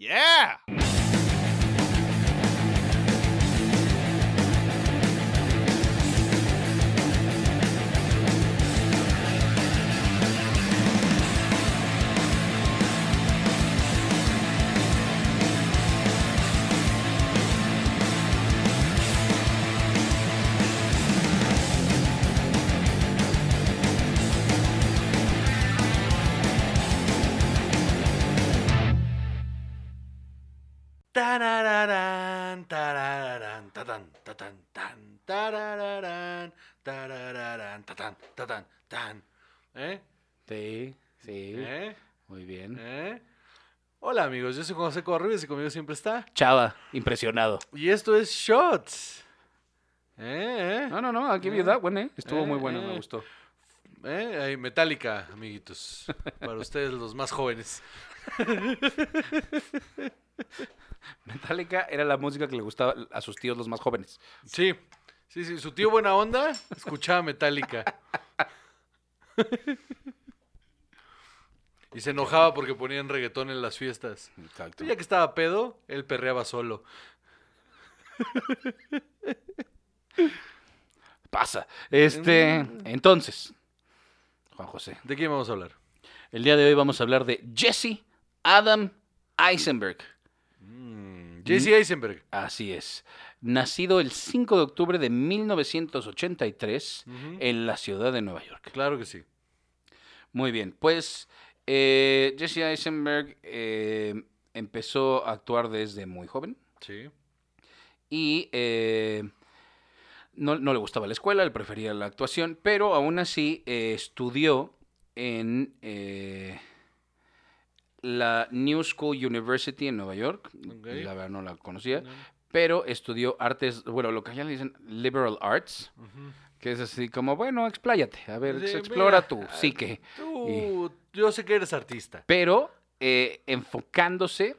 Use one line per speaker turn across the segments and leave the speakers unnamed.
Yeah. Tarararán, tarararán, tatán, tatán, tan, tarararán, tarararán, tatán, tatán, tan. ¿Eh?
Sí, sí.
¿Eh?
Muy bien.
¿Eh? Hola amigos, yo soy José Corribes y conmigo siempre está.
Chava, impresionado.
Y esto es Shots. ¿Eh? ¿Eh?
No, no, no, I'll give you that one, eh. Estuvo
Eh,
muy bueno,
eh.
me gustó.
¿Eh? Ahí, Metallica, amiguitos. Para ustedes los más jóvenes.
Metallica era la música que le gustaba a sus tíos los más jóvenes.
Sí, sí, sí. Su tío buena onda escuchaba Metallica. Y se enojaba porque ponían reggaetón en las fiestas.
Exacto.
Tú ya que estaba pedo, él perreaba solo.
Pasa. Este, entonces, Juan José,
¿De quién vamos a hablar?
el día de hoy vamos a hablar de Jesse Adam Eisenberg.
Mm, Jesse Eisenberg.
Así es. Nacido el 5 de octubre de 1983
Ujú.
en la ciudad de Nueva York.
Claro que sí.
Muy bien, pues eh, Jesse Eisenberg eh, empezó a actuar desde muy joven
Sí.
y eh, no, no le gustaba la escuela, él prefería la actuación, pero aún así eh, estudió en eh, la New School University en Nueva York.
Ok.
La verdad no la conocía, pero estudió artes, bueno, lo que allá le dicen liberal arts,
Ujú.
que es así como, bueno, expláyate, a ver,
Sí,
explora
mira,
tu
ah,
psique.
Tú, yo sé que eres artista.
pero eh, enfocándose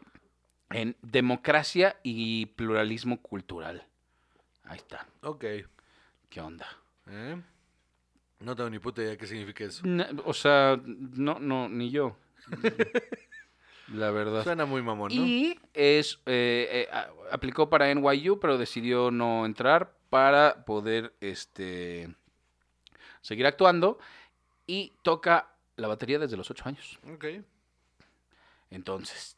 en democracia y pluralismo cultural. Ahí está.
Ok.
¿Qué onda?
¿Eh? No tengo ni puta idea qué significa eso.
No, o sea, no, no, ni yo. La verdad.
Suena muy mamón, ¿no?
y es eh, eh, a- aplicó para NYU, pero decidió no entrar para poder este seguir actuando y toca la batería desde los ocho años.
Ok.
Entonces,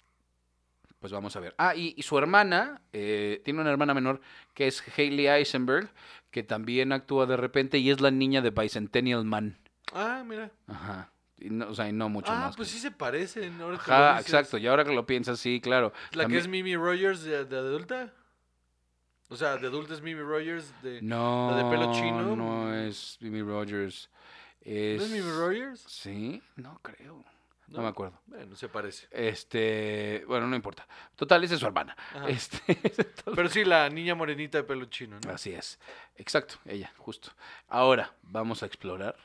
pues vamos a ver. Ah, y, y su hermana, eh, tiene una hermana menor que es Hailey Eisenberg, que también actúa de repente y es la niña de Bicentennial Man.
Ah, mira.
Ajá. Y no, o sea, y no mucho
Ah,
más.
pues
que-
sí se parecen. Ahora que lo
Ajá,
dices.
exacto. Y ahora que lo piensas, sí, claro.
La que
También-
es Mimi Rogers de, de adulta. O sea, de adulta es Mimi Rogers de. ¿No,
No,
la de pelo chino.
no es Mimi Rogers. Es...
es Mimi Rogers?
Sí, no creo. No, me acuerdo.
Bueno, se parece.
Este, bueno, no importa. Total, esa es su hermana.
Ajá.
Este,
Pero sí, la niña morenita de pelo chino, ¿no?
Así es. Exacto, ella, justo. Ahora vamos a explorar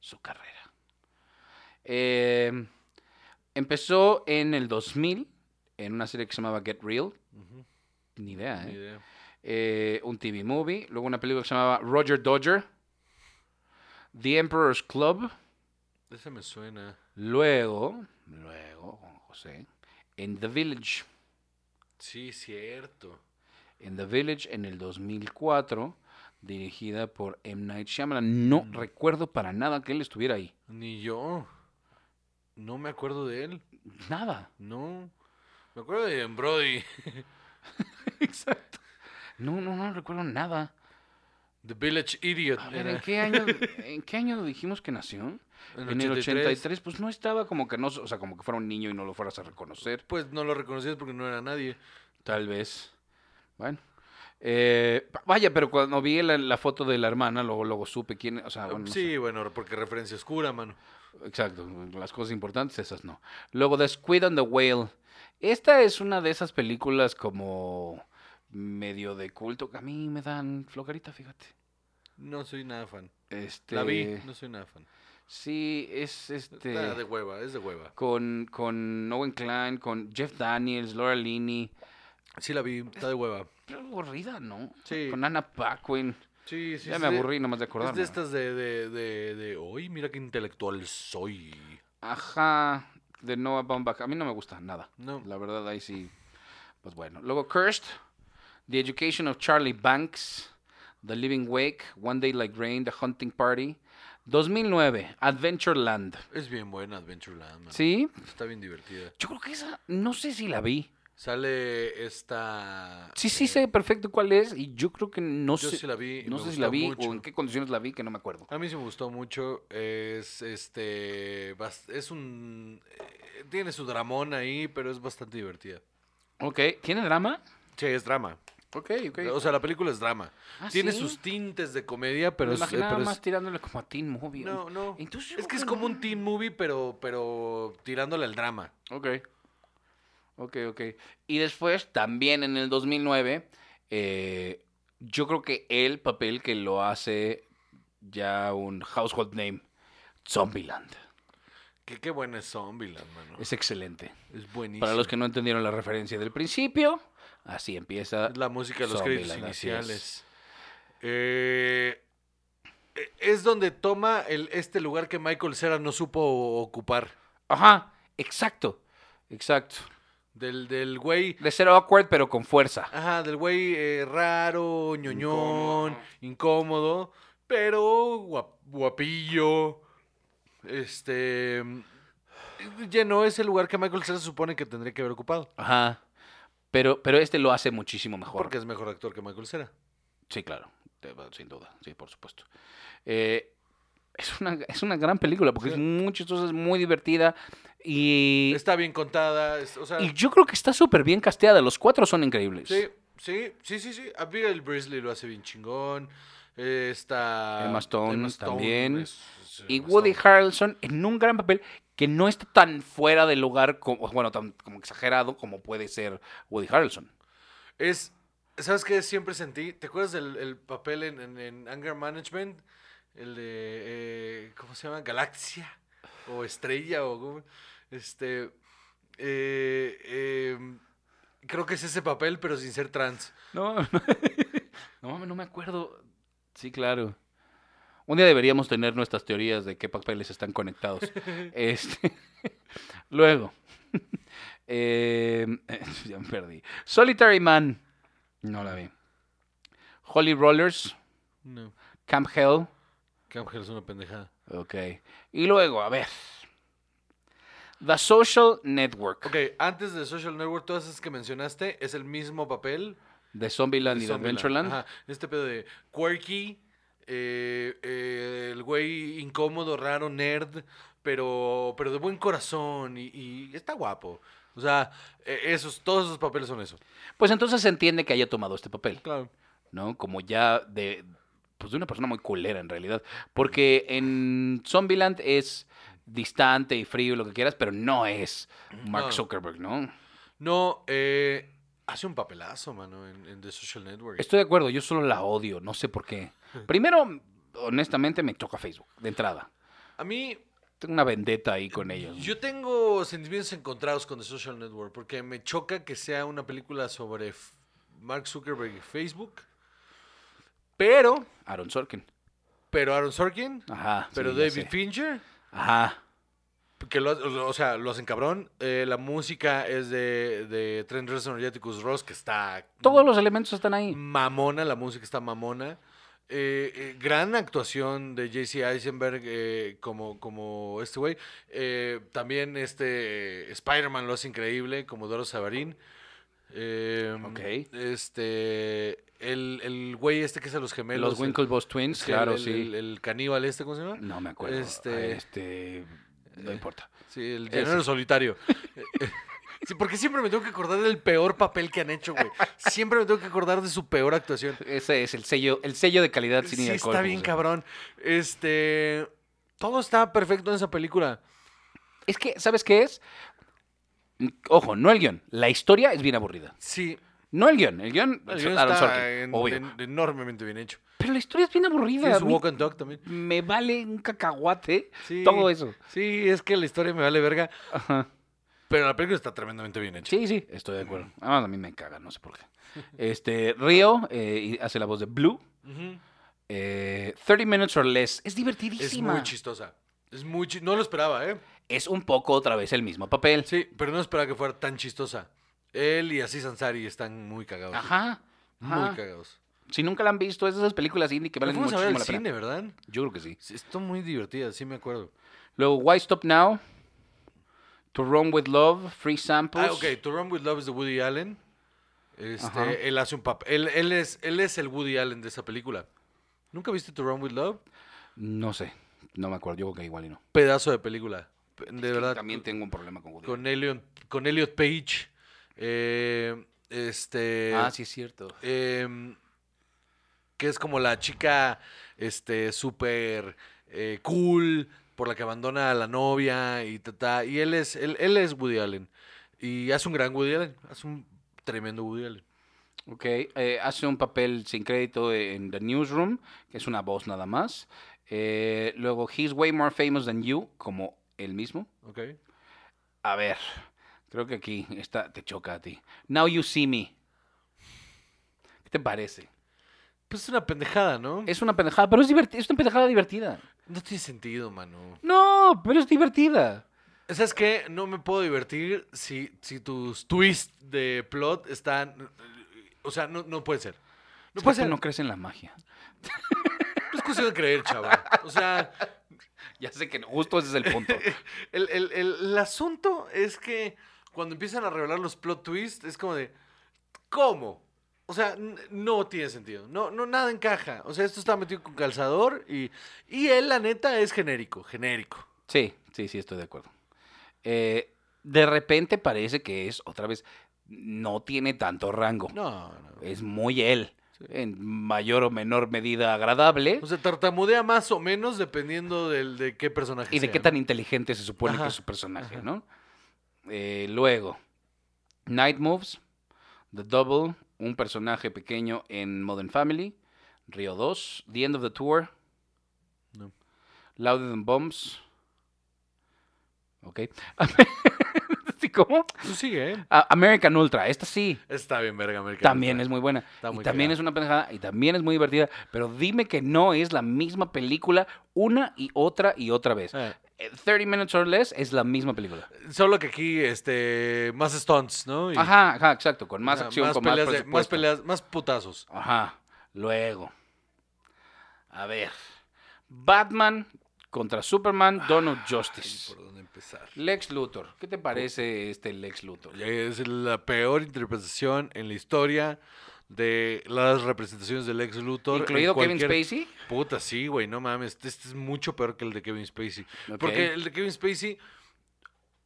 su carrera. Eh, empezó en el 2000 en una serie que se llamaba Get Real.
Ujú,
Ni idea,
ni
¿eh?
idea.
Eh, un TV movie. Luego una película que se llamaba Roger Dodger. The Emperor's Club.
Ese me suena.
Luego, luego, Juan José, en The Village.
Sí, cierto.
En The Village en el 2004, dirigida por M. Night Shyamalan. No
Mm.
recuerdo para nada que él estuviera ahí.
Ni yo. No me acuerdo de él.
Nada.
No. Me acuerdo de Brody.
Exacto. No, no, no recuerdo nada.
The Village Idiot.
A ver,
era.
¿en qué año, en qué año dijimos que nació? En, el 83, pues no estaba como que no, o sea, como que fuera un niño y no lo fueras a reconocer.
Pues no lo reconocías porque no era nadie.
Tal vez. Bueno. Eh, vaya, pero cuando vi la, la foto de la hermana, luego, luego supe quién, o sea, Ah, bueno, no
sí, bueno, porque referencia oscura, mano.
Exacto, las cosas importantes, esas no. Luego, The Squid and the Whale. Esta es una de esas películas como medio de culto que a mí me dan flocarita, fíjate.
No soy nada fan.
Este,
La vi, no soy nada fan.
Sí, es este.
Está de hueva, es de hueva.
Con, con Owen Klein, con Jeff Daniels, Laura Linney.
Sí la vi, está de hueva.
Pero aburrida, ¿no?
Sí.
Con Anna Paquin.
Sí, sí.
ya
es
me
de-
aburrí nomás de
Es
acordarme.
de estas de, de, de, de hoy, mira qué intelectual soy.
Ajá. de Noah Baumbach. A mí no me gusta nada.
No.
La verdad, ahí sí. Pues bueno. Luego Cursed, The Education of Charlie Banks, The Living Wake, One Day Like Rain, The Hunting Party. 2009, Adventureland.
Es bien buena Adventureland, man.
¿Sí?
Está bien divertida.
Yo creo que esa, no sé si la vi.
Sale esta...
Sí, sí sé perfecto cuál es y yo creo que no
Yo
sé.
sí la vi y
no
me
sé si
gustó
la vi
mucho.
o en qué condiciones la vi, que no me acuerdo.
A mí sí me gustó mucho. Es este. bas- Es un. eh, Tiene su dramón ahí, pero es bastante divertida.
Ok, ¿tiene drama?
Sí, es drama.
Ok, ok.
O sea, la película es drama.
Ah,
Tiene
¿sí?
sus tintes de comedia, pero
Me
es. eh,
imaginaba
pero es-
más tirándole como a Teen Movie.
No, no.
Entonces yo
es que
creo
es
que
como
no.
un teen movie, pero, pero tirándole al drama.
Ok. Ok, ok. Y después, también en el 2009, eh, yo creo que el papel que lo hace ya un household name, Zombieland.
Que qué buena es Zombieland, mano. Es,
Es excelente.
buenísimo.
Para los que no entendieron la referencia del principio, así empieza.
Es La música de los
Zombieland,
créditos
así es.
iniciales. Eh, eh, es donde toma el, este lugar que Michael Cera no supo ocupar.
Ajá, exacto. Exacto.
Del, del güey.
De ser awkward, pero con fuerza.
Ajá, del güey eh, raro, ñoñón,
Incómodo.
incómodo, pero guap- guapillo. Este. Llenó ese lugar que Michael Cera se supone que tendría que haber ocupado.
Ajá. Pero, pero este lo hace muchísimo mejor.
Porque es mejor actor que Michael Cera.
Sí, claro. te- va- Sin duda. Sí, por supuesto. Eh, es, una, es una gran película porque
Sí.
es muy chistosa, es muy divertida. Y,
Está bien contada. es- o sea,
y yo creo que está súper bien casteada. Los cuatro son increíbles.
sí, sí, sí, sí, sí. Abigail Brisley lo hace bien chingón. Eh, está.
Emma Stone también.
es
Y
Emma
Woody
Stone.
Harrelson en un gran papel que no está tan fuera de lugar, como, bueno, tan como exagerado como puede ser Woody Harrelson.
Es. ¿Sabes qué siempre sentí? ¿Te acuerdas del el papel en, en- en Anger Management? El de. eh, ¿Cómo se llama? Galaxia. O Estrella. O. cómo- Este. eh, eh, creo que es ese papel, pero sin ser trans.
No, no, mames, no me acuerdo. Sí, claro. Un día deberíamos tener nuestras teorías de qué papeles están conectados. Este, Luego. eh, ya me perdí. Solitary Man. No la vi. Holy Rollers.
No.
Camp Hell.
Cam Hell es una pendejada.
Ok. Y luego, a ver. The Social Network.
Ok, antes de Social Network, todas esas que mencionaste, es el mismo papel.
De Zombieland
de
y de
Zombieland.
Adventureland.
Ajá, Este pedo de quirky, eh, eh, el güey incómodo, raro, nerd, pero, pero de buen corazón y, y está guapo. O sea, eh, esos, todos esos papeles son eso.
Pues entonces se entiende que haya tomado este papel.
Claro.
¿no? Como ya de, pues de una persona muy culera en realidad. Porque en Zombieland es distante y frío y lo que quieras, pero no es Mark
No.
Zuckerberg, ¿no?
No, eh, hace un papelazo, mano, en, en The Social Network.
Estoy de acuerdo, yo solo la odio, no sé por qué. Primero, honestamente, me choca Facebook, de entrada.
A mí,
Tengo una vendetta ahí con ellos.
Yo tengo sentimientos encontrados con The Social Network porque me choca que sea una película sobre F- Mark Zuckerberg y Facebook. Pero,
Aaron Sorkin.
pero Aaron Sorkin,
Ajá.
pero
sí, ya
David
sé.
Fincher,
Ajá.
que lo, o o sea, lo hacen cabrón. Eh, la música es de, de Trent Reznor y Atticus Ross, que está
Todos los elementos están ahí.
Mm, mamona, la música está mamona. Eh, eh, gran actuación de JC Eisenberg eh, como, como este güey. Eh, también este Spider-Man lo hace increíble, como Doro Sabarín. Eh,
Ok.
Este. El, el güey este que es a los gemelos.
los
el-
Winklevoss
el-
Twins, claro,
el-
sí.
El, el caníbal este, ¿cómo se llama?
no me acuerdo.
este-
este no importa.
Sí, el
Ese.
llanero solitario. sí, porque siempre me tengo que acordar del peor papel que han hecho, güey. Siempre me tengo que acordar de su peor actuación.
Ese es el sello, el sello de calidad sin
sí,
ir al
está bien cabrón. Este, todo está perfecto en esa película.
Es que, ¿sabes qué es? Ojo, no el guión. La historia es bien aburrida.
Sí,
No el guión. El guión,
el guión
Aaron
está
Sorkin,
en-
obvio.
en- enormemente bien hecho.
Pero la historia es bien aburrida.
Tiene
A
su
mí
walk and talk también.
me vale un cacahuate
Sí.
todo eso.
Sí, es que la historia me vale verga,
Ajá.
pero la película está tremendamente bien hecha.
Sí, sí, estoy de acuerdo. Además, a mí me caga, no sé por qué. Este, Río eh, y hace la voz de Blue.
Ujú.
Eh, 30 Minutes or Less. Es
Es
divertidísima.
muy chistosa. Es muy chi- no lo esperaba, ¿eh?
es un poco otra vez el mismo papel.
Sí, pero no esperaba que fuera tan chistosa. Él y Aziz Ansari están muy cagados.
Ajá.
Muy
ajá.
cagados.
Si nunca la han visto, es de esas películas indie que
Pero
valen
fuimos a
muchísimo
ver
la
al
pena.
cine, ¿verdad?
Yo creo que sí.
Sí, Está muy divertida, sí me acuerdo.
Luego, Why Stop Now? To Run With Love, Free Samples.
ah, ok, To Run With Love es de Woody Allen. Este,
Ajá.
él hace un papel. Él, él es, él es el Woody Allen de esa película. ¿Nunca viste To Run With Love?
No sé, no me acuerdo, yo creo que igual y no.
Pedazo de película. De
Es que
verdad.
También tengo un problema con Woody.
Ah, Con Elliot, con Elliot Page. eh, este.
ah, sí es cierto.
em, que es como la chica este súper eh, cool por la que abandona a la novia y ta, ta. y él es él, él es Woody Allen y hace un gran Woody Allen hace un tremendo Woody Allen
Ok, eh, hace un papel sin crédito en The Newsroom, que es una voz nada más. Eh, luego, He's Way More Famous Than You, como él mismo.
ok
A ver, creo que aquí está, te choca a ti. Now You See Me. ¿Qué te parece?
pues es una pendejada no
Es una pendejada, pero es, diverti- es una pendejada divertida.
no tiene sentido mano
No, pero es divertida.
sabes que no me puedo divertir si si tus twists de plot están o sea no, no puede ser no
No
puede ser
no crees en la magia.
es cuestión de creer chaval o sea
Ya sé que no, justo ese es el punto.
El, el- el- el asunto es que cuando empiezan a revelar los plot twists, es como de. ¿Cómo? O sea, n- no tiene sentido. No, no, nada encaja. O sea, esto está metido con calzador y. Y él, la neta, es genérico, genérico.
Sí, sí, sí, estoy de acuerdo. Eh, de repente parece que es, otra vez, no tiene tanto rango.
No, no.
Es muy él, en mayor o menor medida agradable.
O sea, tartamudea más o menos dependiendo del, de qué personaje
y de
sea,
qué
¿no?
tan inteligente se supone que
Ajá,
es su personaje,
ajá.
¿no? Eh, luego, Night Moves, The Double, un personaje pequeño en Modern Family, Río 2, The End of the Tour,
No.
Louder Than Bombs. Ok. ¿Sí, ¿Cómo?
Tú sigue, ¿eh?
A- American Ultra, esta sí.
Está bien, verga, American
También
Ultra.
es muy buena.
Está
y
muy
también
cagada.
es una pendejada y también es muy divertida. Pero dime que no es la misma película una y otra y otra vez.
Eh,
Eh, 30 Minutes or Less es la misma película.
solo que aquí, este. Más stunts, ¿no? Y-
Ajá, ajá, exacto. Con más
ajá,
acción, con
peleas
más
de-
presupuesto.
peleas, más putazos.
Ajá. Luego. A ver. Batman contra Superman, Dawn of Justice.
Ay, ¿Por dónde empezar?
Lex Luthor. ¿Qué te parece este Lex Luthor?
Es la peor interpretación en la historia de las representaciones del ex Luthor. en
Incluido Kevin
cualquier-
Spacey.
Puta, sí, güey, no mames. Este este es mucho peor que el de Kevin Spacey.
Ok.
Porque el de Kevin Spacey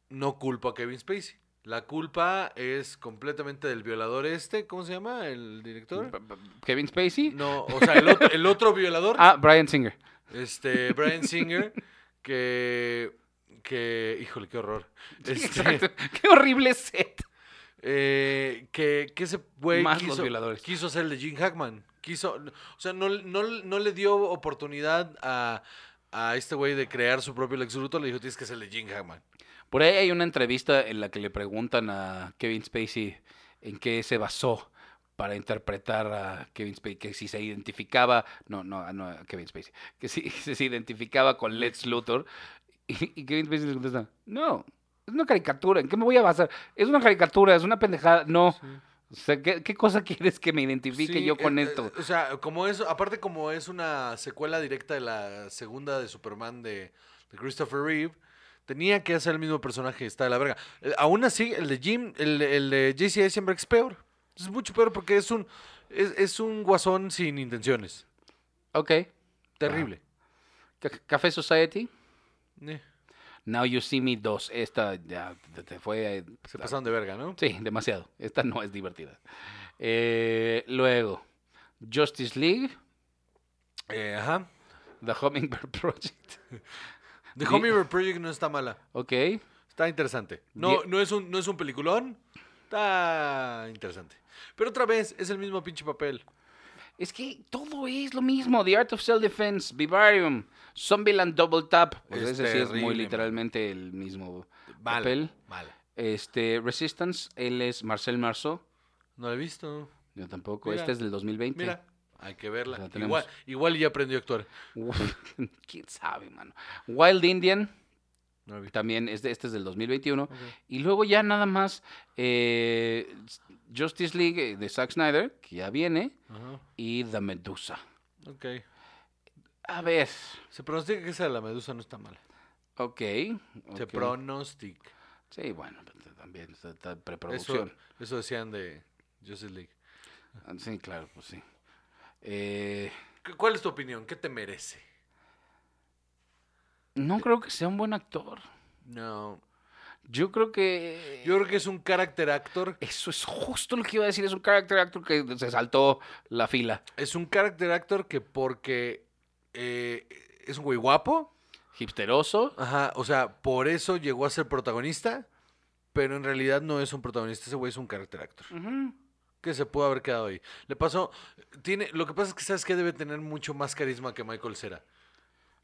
no culpa a Kevin Spacey. La culpa es completamente del violador este. ¿Cómo se llama? ¿El director?
P- p- Kevin Spacey.
No, o sea, el otro, el otro violador.
Ah, Brian Singer.
Este, Brian Singer, que. que. Híjole, qué horror. Este,
Exacto. Qué horrible set.
Eh, que, que ese güey
Más los
quiso,
violadores.
quiso ser el de Jim Hackman. Quiso, o sea, no, no, no le dio oportunidad a, a este güey de crear su propio Lex Luthor. Le dijo, tienes que ser el de Jim Hackman.
Por ahí hay una entrevista en la que le preguntan a Kevin Spacey en qué se basó para interpretar a Kevin Spacey, que si se identificaba, no, no, no a Kevin Spacey, que si, si se identificaba con Lex Luthor. Y, y Kevin Spacey le contesta, no, es una caricatura, ¿en qué me voy a basar? Es una caricatura, es una pendejada, no. O sea, ¿qué, qué cosa quieres que me identifique
Sí,
yo con
eh,
esto?
eh, o sea, como eso, aparte como es una secuela directa de la segunda de Superman de, de Christopher Reeve, tenía que hacer el mismo personaje, está de la verga. Eh, aún así, el de Jim, el, el de JC Eisenberg es peor. Es mucho peor porque es un, es, es un guasón sin intenciones.
Ok,
Terrible.
Ca- Café Society,
Eh,
Now You See Me 2, esta ya te- te fue... eh,
se
a-
pasaron de verga, ¿no?
Sí, demasiado. Esta no es divertida. Eh, luego, Justice League,
Eh, ajá.
The Hummingbird Project.
The
Di-
Homie Project no está mala.
Ok.
Está interesante. No,
Di-
no, es un, no es un peliculón. Está interesante. Pero otra vez, es el mismo pinche papel.
Es que todo es lo mismo. The Art of Self-Defense, Vivarium, Zombieland Double Tap. Pues
Es
ese sí es
terrible,
muy
man.
literalmente el mismo
Mala.
papel.
Mala.
Este, Resistance, él es Marcel Marceau.
No la he visto.
Yo tampoco.
Mira,
este es del 2020.
Mira, hay que verla.
La tenemos.
igual, igual ya aprendió a actuar.
Uf, ¿Quién sabe, mano? Wild Indian,
No lo vi.
También es de- este es del 2021.
Ok.
Y luego ya nada más eh, Justice League eh, de Zack Snyder, que ya viene,
Ajá.
y The Medusa.
Ok.
A ver.
Se pronostica que esa de la medusa no está mal.
Ok.
Se
ok.
pronostica.
Sí, bueno, pero también está, está en
Eso,
preproducción.
eso decían de Justice League.
Ah, Sí, claro, pues sí. Eh,
¿Cu- ¿Cuál es tu opinión? ¿Qué te merece?
no creo que sea un buen actor.
No.
Yo creo que.
Yo creo que es un carácter actor.
Eso es justo lo que iba a decir. Es un character actor que se saltó la fila.
Es un carácter actor que porque eh, es un güey guapo.
Hipsteroso.
Ajá. O sea, por eso llegó a ser protagonista. Pero en realidad no es un protagonista. Ese güey es un carácter actor.
Ujú.
que se pudo haber quedado ahí. Le pasó, tiene, lo que pasa es que sabes que debe tener mucho más carisma que Michael Cera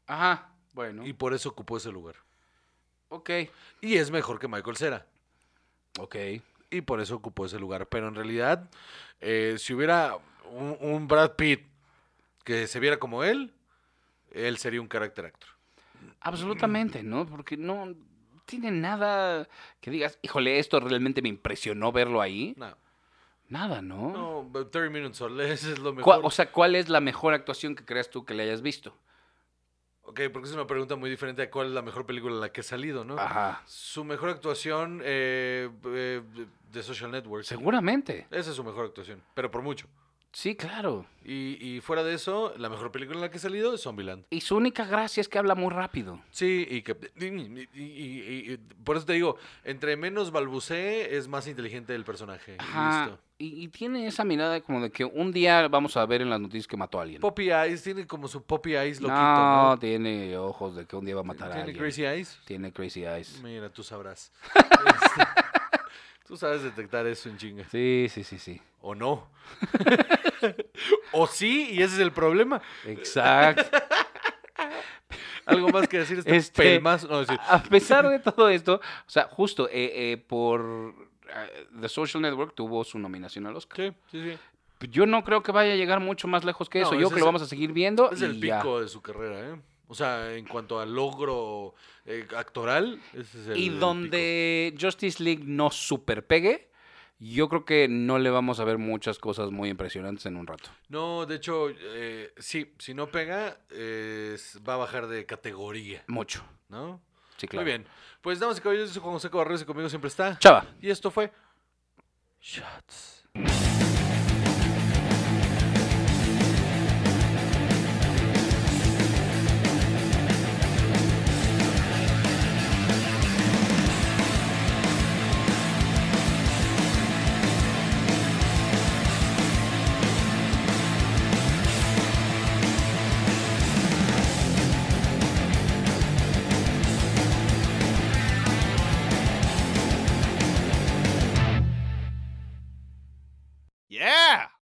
Ajá. Bueno.
y por eso ocupó ese lugar.
Ok.
Y es mejor que Michael Cera
Ok.
y por eso ocupó ese lugar. Pero en realidad, eh, si hubiera un, un Brad Pitt que se viera como él, él sería un carácter actor.
Absolutamente, ¿no? Porque no tiene nada que digas, híjole, esto realmente me impresionó verlo ahí.
No,
Nada, ¿no?
no, but 30 Minutes or Less es lo
¿Cuál-
mejor.
o sea, ¿cuál es la mejor actuación que creas tú que le hayas visto?
ok, porque es una pregunta muy diferente a cuál es la mejor película en la que ha salido, ¿no?
Ajá.
Su mejor actuación eh, eh, de Social Network.
Seguramente.
Esa es su mejor actuación, pero por mucho.
Sí, claro.
Y, y fuera de eso, la mejor película en la que he salido es Zombieland.
Y su única gracia es que habla muy rápido.
Sí, y que... y- y- y- y- por eso te digo, entre menos balbucee, es más inteligente el personaje. y
Ajá.
Listo.
Y, y tiene esa mirada como de que un día vamos a ver en las noticias que mató a alguien.
Poppy Eyes tiene como su Poppy Eyes loquito,
no,
¿no?
tiene ojos de que un día va a matar a
¿Tiene
alguien.
Crazy Eyes?
Tiene crazy eyes.
Mira, tú sabrás. Este, tú sabes detectar eso en chinga.
Sí, sí, sí, sí.
O no. o sí, y ese es el problema.
Exacto.
Algo más que decir este,
Este,
pelmazo- No, decir,
A a pesar de todo esto, o sea, justo eh, eh, por eh, The Social Network tuvo su nominación al Oscar.
sí, sí, sí.
Yo no creo que vaya a llegar mucho más lejos que
No,
eso. Yo
ese
creo que
es
lo
el-
vamos a seguir viendo.
Es el
y ya.
pico de su carrera, ¿eh? O sea, en cuanto a logro eh, actoral, ese es el.
Y
el
donde Justice League no superpegue, yo creo que no le vamos a ver muchas cosas muy impresionantes en un rato.
pico. No, de hecho, eh, sí, si no pega, eh, es- va a bajar de categoría,
Mucho.
¿no?
Sí, claro.
Muy bien. Pues, damas y caballeros, yo soy Juan José Cobarrubias y conmigo siempre está.
Chava.
Y esto fue. Shots.